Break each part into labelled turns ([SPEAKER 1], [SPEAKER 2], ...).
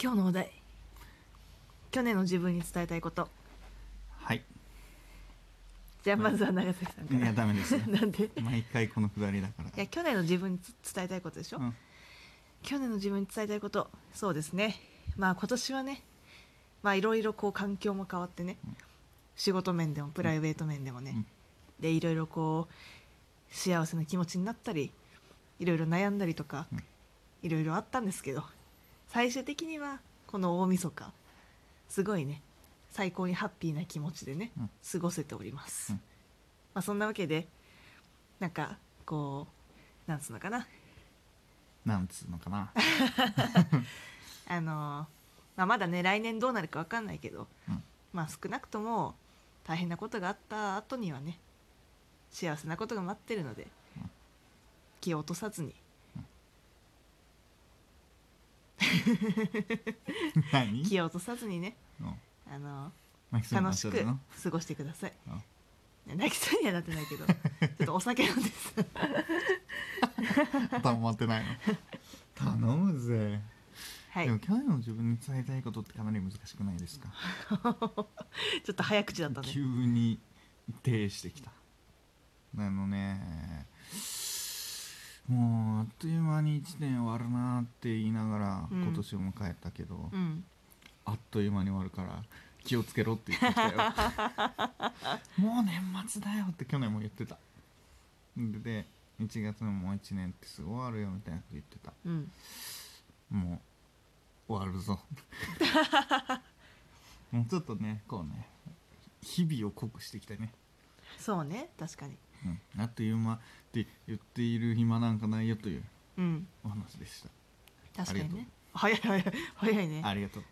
[SPEAKER 1] 今日のお題去年の自分に伝えたいこと
[SPEAKER 2] はい
[SPEAKER 1] じゃあまずは長崎さんか
[SPEAKER 2] いや
[SPEAKER 1] ら
[SPEAKER 2] ダメですよ
[SPEAKER 1] なんでい
[SPEAKER 2] 毎回このくだりだから
[SPEAKER 1] や去年の自分に伝えたいことでしょ、
[SPEAKER 2] うん
[SPEAKER 1] 去年の自分に伝えたいことそうですねまあ今年はねまあいろいろこう環境も変わってね、仕事面でもプライベート面でもね、
[SPEAKER 2] うん
[SPEAKER 1] でいろいろこう幸せな気持ちになったりいろいろ悩んだりとか、
[SPEAKER 2] うん
[SPEAKER 1] いろいろあったんですけど最終的にはこの大晦日すごいね最高にハッピーな気持ちでね、
[SPEAKER 2] うん
[SPEAKER 1] 過ごせております、
[SPEAKER 2] うん
[SPEAKER 1] まあそんなわけでなんかこうなんつうのかな
[SPEAKER 2] なんつうの かな、
[SPEAKER 1] あのーまあ、まだね来年どうなるか分かんないけど、
[SPEAKER 2] うん
[SPEAKER 1] まあ少なくとも大変なことがあった後にはね幸せなことが待ってるので、
[SPEAKER 2] うん
[SPEAKER 1] 気を落とさずに
[SPEAKER 2] 何
[SPEAKER 1] 気を落とさずにね、
[SPEAKER 2] うん
[SPEAKER 1] あの
[SPEAKER 2] マキ
[SPEAKER 1] ー
[SPEAKER 2] さん
[SPEAKER 1] 楽し
[SPEAKER 2] の場所
[SPEAKER 1] く
[SPEAKER 2] での
[SPEAKER 1] 過ごしてください。
[SPEAKER 2] うん
[SPEAKER 1] 泣きそうにはなってない けどちょっとお酒なんです。
[SPEAKER 2] 頭回って ないの頼むぜ、
[SPEAKER 1] はい
[SPEAKER 2] でも去年の自分に伝えたいことってかなり難しくないですか
[SPEAKER 1] ちょっと早口だったね。
[SPEAKER 2] 急に停してきたあのねもうあっという間に1年終わるなって言いながら
[SPEAKER 1] うん
[SPEAKER 2] 今年を迎えたけど、
[SPEAKER 1] うん、
[SPEAKER 2] あっという間に終わるから気をつけろって言ってきたよ もう年末だよって去年も言ってたでで1月のもう1年ってすごいあるよみたいなこと言ってた
[SPEAKER 1] うん、
[SPEAKER 2] もう終わるぞ もうちょっとねこうね日々を濃くしていきたいね、
[SPEAKER 1] そうね確かに。
[SPEAKER 2] うん、あっという間って言っている暇なんかないよという
[SPEAKER 1] うん、
[SPEAKER 2] お話でした
[SPEAKER 1] 確か
[SPEAKER 2] あり
[SPEAKER 1] に
[SPEAKER 2] がとう
[SPEAKER 1] ね。早い早い早いね。
[SPEAKER 2] ありがとう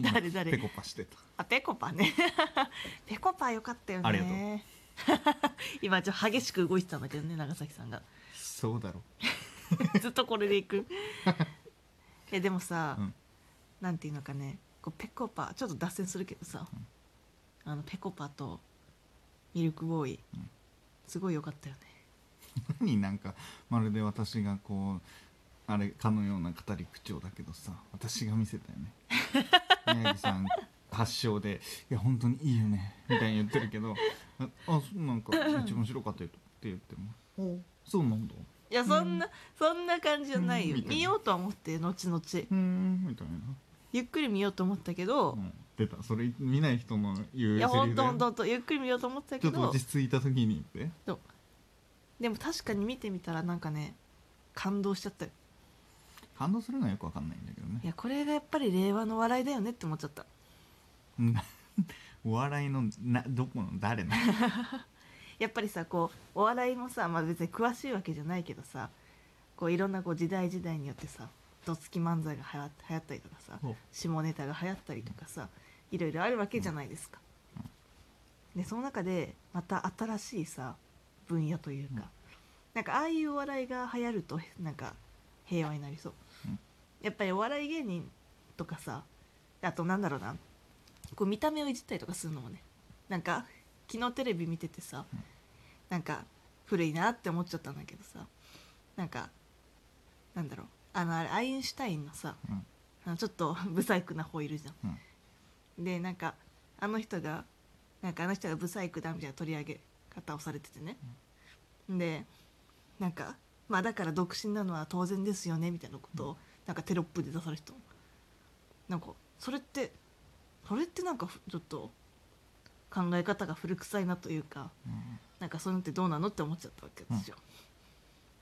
[SPEAKER 1] 誰誰
[SPEAKER 2] ペコパしてた
[SPEAKER 1] あペコパね ペコパよかったよね
[SPEAKER 2] ありがと
[SPEAKER 1] 今ちょっと激しく動いてたんだけどね長崎さんが
[SPEAKER 2] そうだろ
[SPEAKER 1] ずっとこれでい くえでもさ、
[SPEAKER 2] うん
[SPEAKER 1] なんていうのかねこうペコパちょっと脱線するけどさ、あのペコパとミルクボーイ、
[SPEAKER 2] うん
[SPEAKER 1] すごいよかったよね
[SPEAKER 2] 何なんかまるで私がこうあれかのような語り口調だけどさ私が見せた よね宮城さん発祥で「いや本当にいいよね」みたいに言ってるけど「あそうなんか一番面白かったよ」って言っても「おそうなんだ」
[SPEAKER 1] いやそんな、そんな感じじゃないよ、
[SPEAKER 2] うんみたいな
[SPEAKER 1] 見ようとは思って後々
[SPEAKER 2] 「うーん」みたいな、
[SPEAKER 1] ゆっくり見ようと思ったけど
[SPEAKER 2] う、ん、出たそれ見ない人の言う
[SPEAKER 1] い
[SPEAKER 2] セ
[SPEAKER 1] やほ
[SPEAKER 2] リ
[SPEAKER 1] ん
[SPEAKER 2] フ
[SPEAKER 1] と
[SPEAKER 2] だ
[SPEAKER 1] ほんとほ
[SPEAKER 2] よ
[SPEAKER 1] んとゆっくり見ようと思った
[SPEAKER 2] ち
[SPEAKER 1] け
[SPEAKER 2] ょっと
[SPEAKER 1] ど
[SPEAKER 2] 落ち着いた時に言って
[SPEAKER 1] でも確かに見てみたらなんかね感動しちゃったよ
[SPEAKER 2] 感動するのはよくわかんないんだけどね
[SPEAKER 1] いやこれがやっぱり令和の笑いだよねって思っちゃった
[SPEAKER 2] なお笑いのなどこの 誰なの
[SPEAKER 1] やっぱりさこうお笑いもさ、まあ、別に詳しいわけじゃないけどさこういろんなこう時代時代によってさどつき漫才がはや流行ったりとかさ
[SPEAKER 2] そう
[SPEAKER 1] 下ネタが流行ったりとかさいろいろあるわけじゃないですか。でその中でまた新しいさ分野というか、
[SPEAKER 2] うん
[SPEAKER 1] なんかああいうお笑いが流行るとなんか平和になりそう、
[SPEAKER 2] うん
[SPEAKER 1] やっぱりお笑い芸人とかさあとなんだろうなこう見た目をいじったりとかするのもねなんか昨日テレビ見ててさ、
[SPEAKER 2] うん
[SPEAKER 1] なんか古いなって思っちゃったんだけどさなんかなんだろうあのあれアインシュタインのさ
[SPEAKER 2] うん
[SPEAKER 1] あのちょっと ブサイクな方いるじゃん。
[SPEAKER 2] うん
[SPEAKER 1] でなんかあの人がなんかあの人がブサイクだみたいな取り上げ方をされててね。でなんかまあだから独身なのは当然ですよねみたいなことを、なんかテロップで出されてたのなんかそれってそれってなんかふちょっと考え方が古臭いなというか
[SPEAKER 2] うん
[SPEAKER 1] なんかそういうのってどうなのって思っちゃったわけですよ、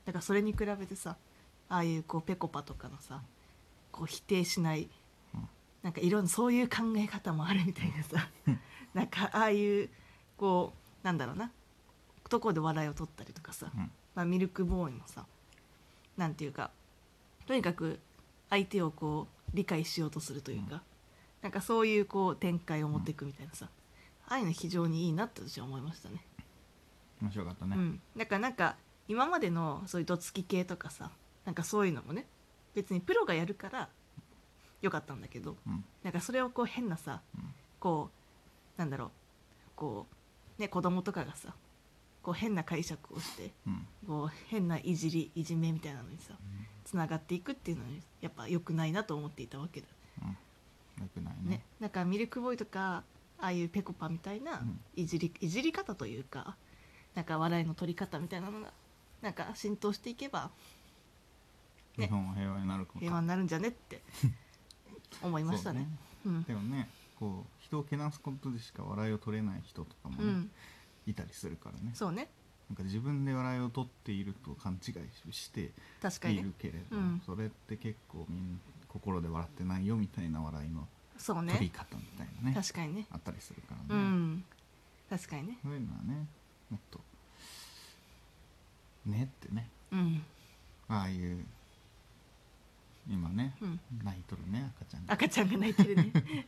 [SPEAKER 1] だからそれに比べてさああいうこうペコパとかのさこう否定しない、
[SPEAKER 2] うん
[SPEAKER 1] なんかいろんなそういう考え方もあるみたいなさ、なんかああいうこうなんだろうなとこで笑いを取ったりとかさ、
[SPEAKER 2] うん
[SPEAKER 1] まあ、ミルクボーイもさなんていうかとにかく相手をこう理解しようとするというか、なんかそういうこう展開を持っていくみたいなさ、ああいうの非常にいいなって私は思いましたね。
[SPEAKER 2] 面白かったね、
[SPEAKER 1] うん、だからなんか今までのそういうどつき系とかさなんかそういうのもね別にプロがやるからよかったんだけど
[SPEAKER 2] うん
[SPEAKER 1] なんかそれをこう変なさ
[SPEAKER 2] うん
[SPEAKER 1] こうなんだろうこうね子供とかがさこう変な解釈をして
[SPEAKER 2] うん
[SPEAKER 1] こう変ないじりいじめみたいなのにさつながっていくっていうのにやっぱ良くないなと思っていたわけだ
[SPEAKER 2] うん良くない
[SPEAKER 1] ね
[SPEAKER 2] ね、
[SPEAKER 1] だからミルクボーイとかああいうペコパみたいな
[SPEAKER 2] うん
[SPEAKER 1] いじり,、いじり方というかなんか笑いの取り方みたいなのがなんか浸透していけばね
[SPEAKER 2] 日本は平和になること
[SPEAKER 1] 平和になるんじゃねって思いましたねうん
[SPEAKER 2] でもねこう人をけなすことでしか笑いを取れない人とかも
[SPEAKER 1] う
[SPEAKER 2] ね、
[SPEAKER 1] ん、
[SPEAKER 2] いたりするからね
[SPEAKER 1] そうね
[SPEAKER 2] なんか自分で笑いを取っていると勘違いして
[SPEAKER 1] 確か
[SPEAKER 2] い
[SPEAKER 1] にね
[SPEAKER 2] るけれど、
[SPEAKER 1] うん
[SPEAKER 2] それって結構みんな心で笑ってないよみたいな笑いの
[SPEAKER 1] そう
[SPEAKER 2] 取り
[SPEAKER 1] ね
[SPEAKER 2] 方みたいなね
[SPEAKER 1] 確かにね
[SPEAKER 2] あったりするからね、
[SPEAKER 1] うん確かにね
[SPEAKER 2] そういうのはねもっとねってね
[SPEAKER 1] うん
[SPEAKER 2] ああいう今ね、
[SPEAKER 1] うん
[SPEAKER 2] 泣いとるね赤ちゃんが
[SPEAKER 1] 赤ちゃんが泣いてるね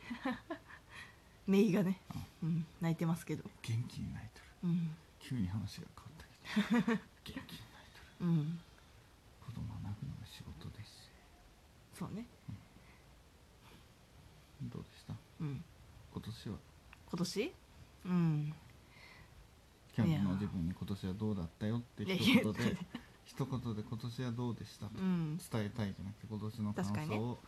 [SPEAKER 1] メイがね、うん、泣いてますけど
[SPEAKER 2] 元気に泣いとる
[SPEAKER 1] うん
[SPEAKER 2] 急に話が変わったけど元気に泣いとる
[SPEAKER 1] うん
[SPEAKER 2] 子供は泣くのが仕事です
[SPEAKER 1] そうね
[SPEAKER 2] どうでした
[SPEAKER 1] うん
[SPEAKER 2] 今年は
[SPEAKER 1] 今年うん
[SPEAKER 2] 去年の自分に今年はどうだったよって
[SPEAKER 1] いや
[SPEAKER 2] 一言
[SPEAKER 1] いや
[SPEAKER 2] で 一言で今年はどうでしたと
[SPEAKER 1] うん
[SPEAKER 2] 伝えたいじゃなくて今年の感
[SPEAKER 1] 確かに
[SPEAKER 2] 想
[SPEAKER 1] ね
[SPEAKER 2] を、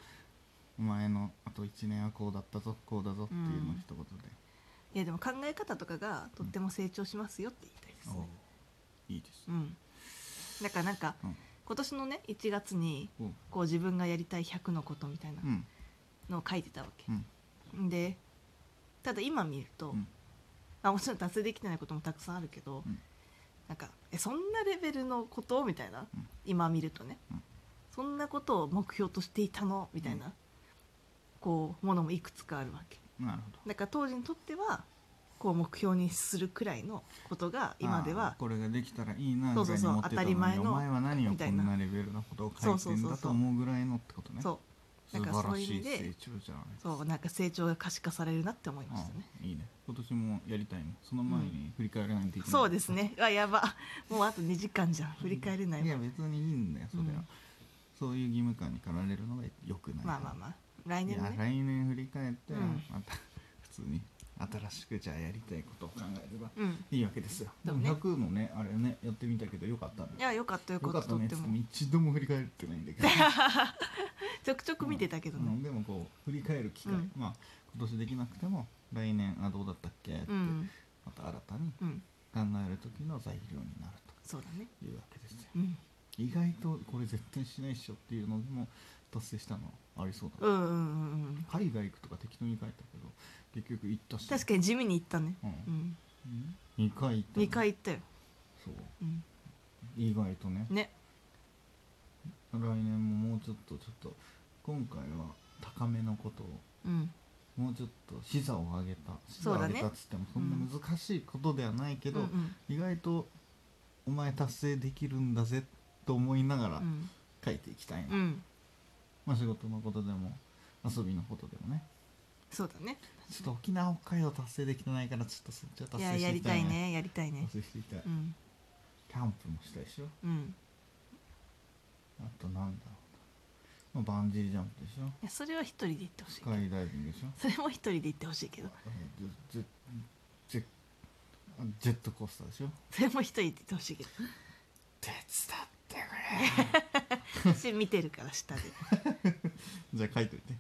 [SPEAKER 2] お前のあと1年はこうだったぞこうだぞっていうのを一言で、
[SPEAKER 1] いやでも考え方とかがとっても成長しますよって言いたいです
[SPEAKER 2] おう
[SPEAKER 1] ね
[SPEAKER 2] いいです
[SPEAKER 1] う、んだからなんか
[SPEAKER 2] うん
[SPEAKER 1] 今年のね1月に
[SPEAKER 2] おう
[SPEAKER 1] こう自分がやりたい100のことみたいな
[SPEAKER 2] うん
[SPEAKER 1] のを書いてたわけ
[SPEAKER 2] う、ん
[SPEAKER 1] でただ今見ると、
[SPEAKER 2] うん
[SPEAKER 1] まあ、もちろん達成できてないこともたくさんあるけど、
[SPEAKER 2] うん
[SPEAKER 1] なんかえそんなレベルのことみたいな、
[SPEAKER 2] うん
[SPEAKER 1] 今見るとね、
[SPEAKER 2] うん
[SPEAKER 1] そんなことを目標としていたのみたいな、こうものもいくつかあるわけ
[SPEAKER 2] なるほど
[SPEAKER 1] だから当時にとってはこう目標にするくらいのことが今で
[SPEAKER 2] あ
[SPEAKER 1] は
[SPEAKER 2] ーこれができたらいいな
[SPEAKER 1] そ
[SPEAKER 2] ぐ
[SPEAKER 1] うそ
[SPEAKER 2] ら
[SPEAKER 1] う
[SPEAKER 2] い
[SPEAKER 1] そう
[SPEAKER 2] に思ってたのに
[SPEAKER 1] 当たり前の
[SPEAKER 2] お前は何を
[SPEAKER 1] みた
[SPEAKER 2] こ
[SPEAKER 1] い
[SPEAKER 2] ん
[SPEAKER 1] な
[SPEAKER 2] なレベルのことを書いてんだと思うぐらいのってことね
[SPEAKER 1] そうだ
[SPEAKER 2] 素
[SPEAKER 1] から
[SPEAKER 2] 晴ら
[SPEAKER 1] そういう意
[SPEAKER 2] し
[SPEAKER 1] 味
[SPEAKER 2] い
[SPEAKER 1] で
[SPEAKER 2] 成長じゃないですか
[SPEAKER 1] そうなんか成長が可視化されるなって思いましたね、
[SPEAKER 2] うんいいね今年もやりたいもんその前に振り返らないといけない、
[SPEAKER 1] そうですねあやばもうあと2時間じゃん振り返れないわ
[SPEAKER 2] や別にいいんだよそれは、
[SPEAKER 1] うん
[SPEAKER 2] そういう義務感に駆られるのが良くない
[SPEAKER 1] まあまあまあ来
[SPEAKER 2] い
[SPEAKER 1] 年
[SPEAKER 2] や
[SPEAKER 1] ね
[SPEAKER 2] 来年振り返って、
[SPEAKER 1] うん
[SPEAKER 2] また普通に新しくじゃあやりたいことを考えれば
[SPEAKER 1] うん
[SPEAKER 2] いいわけですよ、
[SPEAKER 1] そうね
[SPEAKER 2] でも100もねあれねやってみたけどよかったね
[SPEAKER 1] いやよかったよ
[SPEAKER 2] よ
[SPEAKER 1] か
[SPEAKER 2] か
[SPEAKER 1] っ
[SPEAKER 2] ったた
[SPEAKER 1] とっ
[SPEAKER 2] ねってつって
[SPEAKER 1] も
[SPEAKER 2] も一度も振り返ってないん だけど
[SPEAKER 1] ちょくちょく見てたけど
[SPEAKER 2] う
[SPEAKER 1] ね
[SPEAKER 2] んでもこう振り返る機会、
[SPEAKER 1] うん
[SPEAKER 2] まあ今年できなくても来年あどうだったっけって、
[SPEAKER 1] うん
[SPEAKER 2] また新たに
[SPEAKER 1] うん
[SPEAKER 2] 考える時の材料になる
[SPEAKER 1] そうだね
[SPEAKER 2] というわけですよ
[SPEAKER 1] うん
[SPEAKER 2] 意外とこれ絶対しないっしょっていうのでも達成したのありそうだ、
[SPEAKER 1] うんうんうんうん
[SPEAKER 2] 海外行くとか適当に書いたけど結局行ったし
[SPEAKER 1] 確かに地味に行ったね
[SPEAKER 2] う
[SPEAKER 1] うんん
[SPEAKER 2] 二2回行ったね
[SPEAKER 1] 2回行ったよ
[SPEAKER 2] そう
[SPEAKER 1] うん
[SPEAKER 2] 意外とね
[SPEAKER 1] ね
[SPEAKER 2] 来年ももうちょっとちょっと今回は高めのことを
[SPEAKER 1] うん
[SPEAKER 2] もうちょっと視座を上げた視
[SPEAKER 1] そ
[SPEAKER 2] 座
[SPEAKER 1] う
[SPEAKER 2] を
[SPEAKER 1] だ
[SPEAKER 2] 上
[SPEAKER 1] ね
[SPEAKER 2] げたっつってもそんな難しいことではないけ
[SPEAKER 1] うんう
[SPEAKER 2] ど、
[SPEAKER 1] ん
[SPEAKER 2] 意外とお前達成できるんだぜと思いながら
[SPEAKER 1] うん
[SPEAKER 2] 書いていきたいな、
[SPEAKER 1] うん
[SPEAKER 2] まあ、仕事のことでも遊びのことでもね
[SPEAKER 1] そうだね
[SPEAKER 2] ちょっと沖縄北海道達成できてないからちょっとそっちはい達
[SPEAKER 1] や
[SPEAKER 2] 成し
[SPEAKER 1] や
[SPEAKER 2] てい
[SPEAKER 1] り
[SPEAKER 2] きた
[SPEAKER 1] た
[SPEAKER 2] い
[SPEAKER 1] い
[SPEAKER 2] ね
[SPEAKER 1] ねやりたいね
[SPEAKER 2] 達成していきたい、
[SPEAKER 1] うん
[SPEAKER 2] キャンプもしたいでしょ
[SPEAKER 1] うん
[SPEAKER 2] あとなんだろうなまあバンジージャンプでしょ
[SPEAKER 1] いやそれは一人で行ってほし
[SPEAKER 2] ス
[SPEAKER 1] い
[SPEAKER 2] カイダイビングでしょ
[SPEAKER 1] それも一人で行ってほしいけど
[SPEAKER 2] ジェジェジェットコースターでしょ
[SPEAKER 1] それも一人で行ってほしいけど
[SPEAKER 2] 手伝ってくれ
[SPEAKER 1] 私見てるから下で
[SPEAKER 2] じゃあ書いといて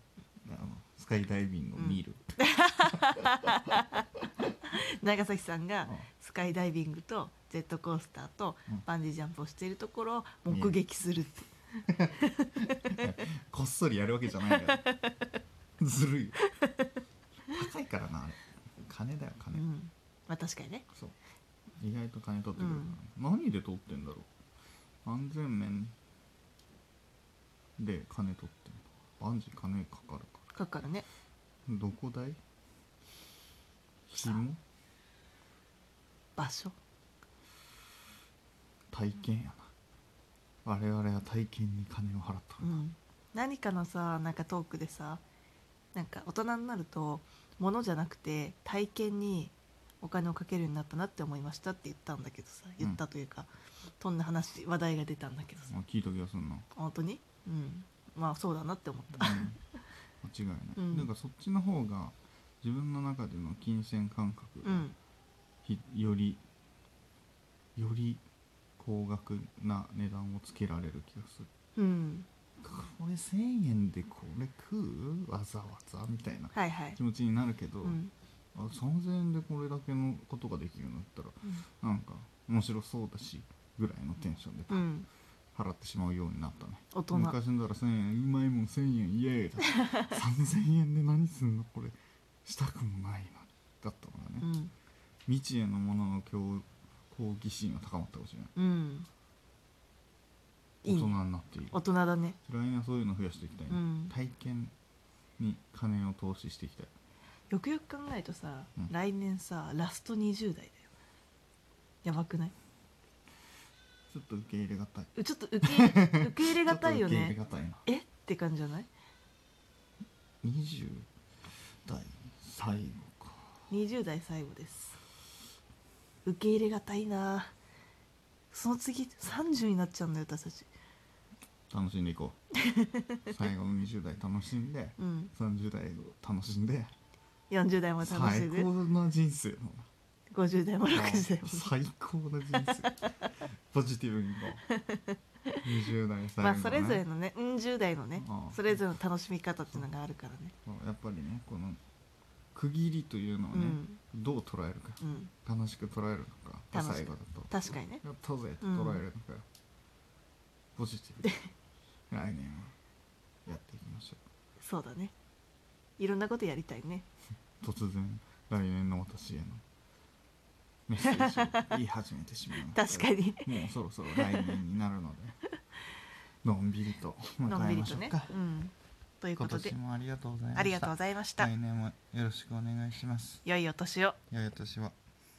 [SPEAKER 2] あのスカイダイビングを見る、
[SPEAKER 1] 長崎さん
[SPEAKER 2] あ
[SPEAKER 1] がスカイダイビングとジェットコースターと
[SPEAKER 2] うん
[SPEAKER 1] バンジージャンプをしているところを目撃するって
[SPEAKER 2] こっそりやるわけじゃないからずるいよ高いからなあれ金だよ
[SPEAKER 1] う
[SPEAKER 2] 金、
[SPEAKER 1] んまあ確かにね
[SPEAKER 2] そう意外と金取ってくるから、何で取ってんだろう安全面で金取ってんのバンジー金かかるか
[SPEAKER 1] だからね
[SPEAKER 2] らどこ代紐
[SPEAKER 1] 場所
[SPEAKER 2] 体験やな我々は体験に金を払った
[SPEAKER 1] う、ん何かのさなんかトークでさなんか大人になると物じゃなくて体験にお金をかけるようになったなって思いましたって言ったんだけどさ言ったというか、そんな話話題が出たんだけどさ
[SPEAKER 2] まあ、聞いた気がするな
[SPEAKER 1] 本当にうんまあそうだなって思った
[SPEAKER 2] うん間違いない、
[SPEAKER 1] うん
[SPEAKER 2] なんかそっちの方が自分の中での金銭感覚
[SPEAKER 1] う
[SPEAKER 2] が
[SPEAKER 1] ん
[SPEAKER 2] ひよりより高額な値段をつけられる気がする
[SPEAKER 1] うん
[SPEAKER 2] これ1,000円でこれ食うわざわざみたいな
[SPEAKER 1] はいはい
[SPEAKER 2] 気持ちになるけど、
[SPEAKER 1] うん
[SPEAKER 2] あ3,000円でこれだけのことができるんだったら
[SPEAKER 1] うん
[SPEAKER 2] なんか面白そうだしぐらいのテンションで
[SPEAKER 1] うん
[SPEAKER 2] 払ってしまうようになったね、
[SPEAKER 1] 大人
[SPEAKER 2] 昔なら1,000円うまいもん1,000円イエ ーイだ3,000円で何すんのこれしたくもないなだったからね、
[SPEAKER 1] うん
[SPEAKER 2] 未知へのものの興好奇心が高まったかもしれない
[SPEAKER 1] うんい
[SPEAKER 2] 大
[SPEAKER 1] い
[SPEAKER 2] 人
[SPEAKER 1] ね
[SPEAKER 2] になっている
[SPEAKER 1] 大人だね
[SPEAKER 2] 嫌いなそういうの増やしていきたい、ね
[SPEAKER 1] うん
[SPEAKER 2] 体験に金を投資していきたい
[SPEAKER 1] よくよく考えるとさ、
[SPEAKER 2] うん
[SPEAKER 1] 来年さラスト20代だよやばくない
[SPEAKER 2] ちょっと受け入れがたいう
[SPEAKER 1] ちょっと受け 入れ受け入れがたいよ
[SPEAKER 2] ちょっと
[SPEAKER 1] ね
[SPEAKER 2] 受け入れがたいな
[SPEAKER 1] えって感じじゃない
[SPEAKER 2] 20代最後か
[SPEAKER 1] 20代最後です受け入れがたいなその次30になっちゃうんだよ私たち
[SPEAKER 2] 楽しんでいこ う最後の20代楽しんで
[SPEAKER 1] うん
[SPEAKER 2] 30代を楽しんで
[SPEAKER 1] 40代も楽し
[SPEAKER 2] 最
[SPEAKER 1] んで
[SPEAKER 2] 高な人生だな
[SPEAKER 1] 50代も60代も
[SPEAKER 2] 最高な人生ポジティブにいこう20代最後の、ね
[SPEAKER 1] まあそれぞれのねうん10代のね
[SPEAKER 2] ああ
[SPEAKER 1] それぞれの楽しみ方っていうのがあるからね
[SPEAKER 2] そうやっぱりねこの区切りというのをね、どう捉えるか
[SPEAKER 1] うんうん
[SPEAKER 2] 楽しく捉えるのか
[SPEAKER 1] 楽
[SPEAKER 2] 最
[SPEAKER 1] しく
[SPEAKER 2] 後だと
[SPEAKER 1] 確かにね
[SPEAKER 2] やったぜって捉えるのか、ポジティブに来年はやっていきましょ
[SPEAKER 1] そうだねいろんなことやりたいね
[SPEAKER 2] う突然来年の私へのメッセージを言い始めてしまう
[SPEAKER 1] 確かに
[SPEAKER 2] もうそろそろ来年になるのでのんびりと
[SPEAKER 1] のん
[SPEAKER 2] 迎え
[SPEAKER 1] びり
[SPEAKER 2] まし
[SPEAKER 1] と
[SPEAKER 2] ょう
[SPEAKER 1] ね
[SPEAKER 2] か、
[SPEAKER 1] うんというこ
[SPEAKER 2] 今
[SPEAKER 1] とで
[SPEAKER 2] 年もありがとうございました
[SPEAKER 1] ありがとうございました
[SPEAKER 2] 来年もよろしくお願いします
[SPEAKER 1] 良いお年を
[SPEAKER 2] 良いお年を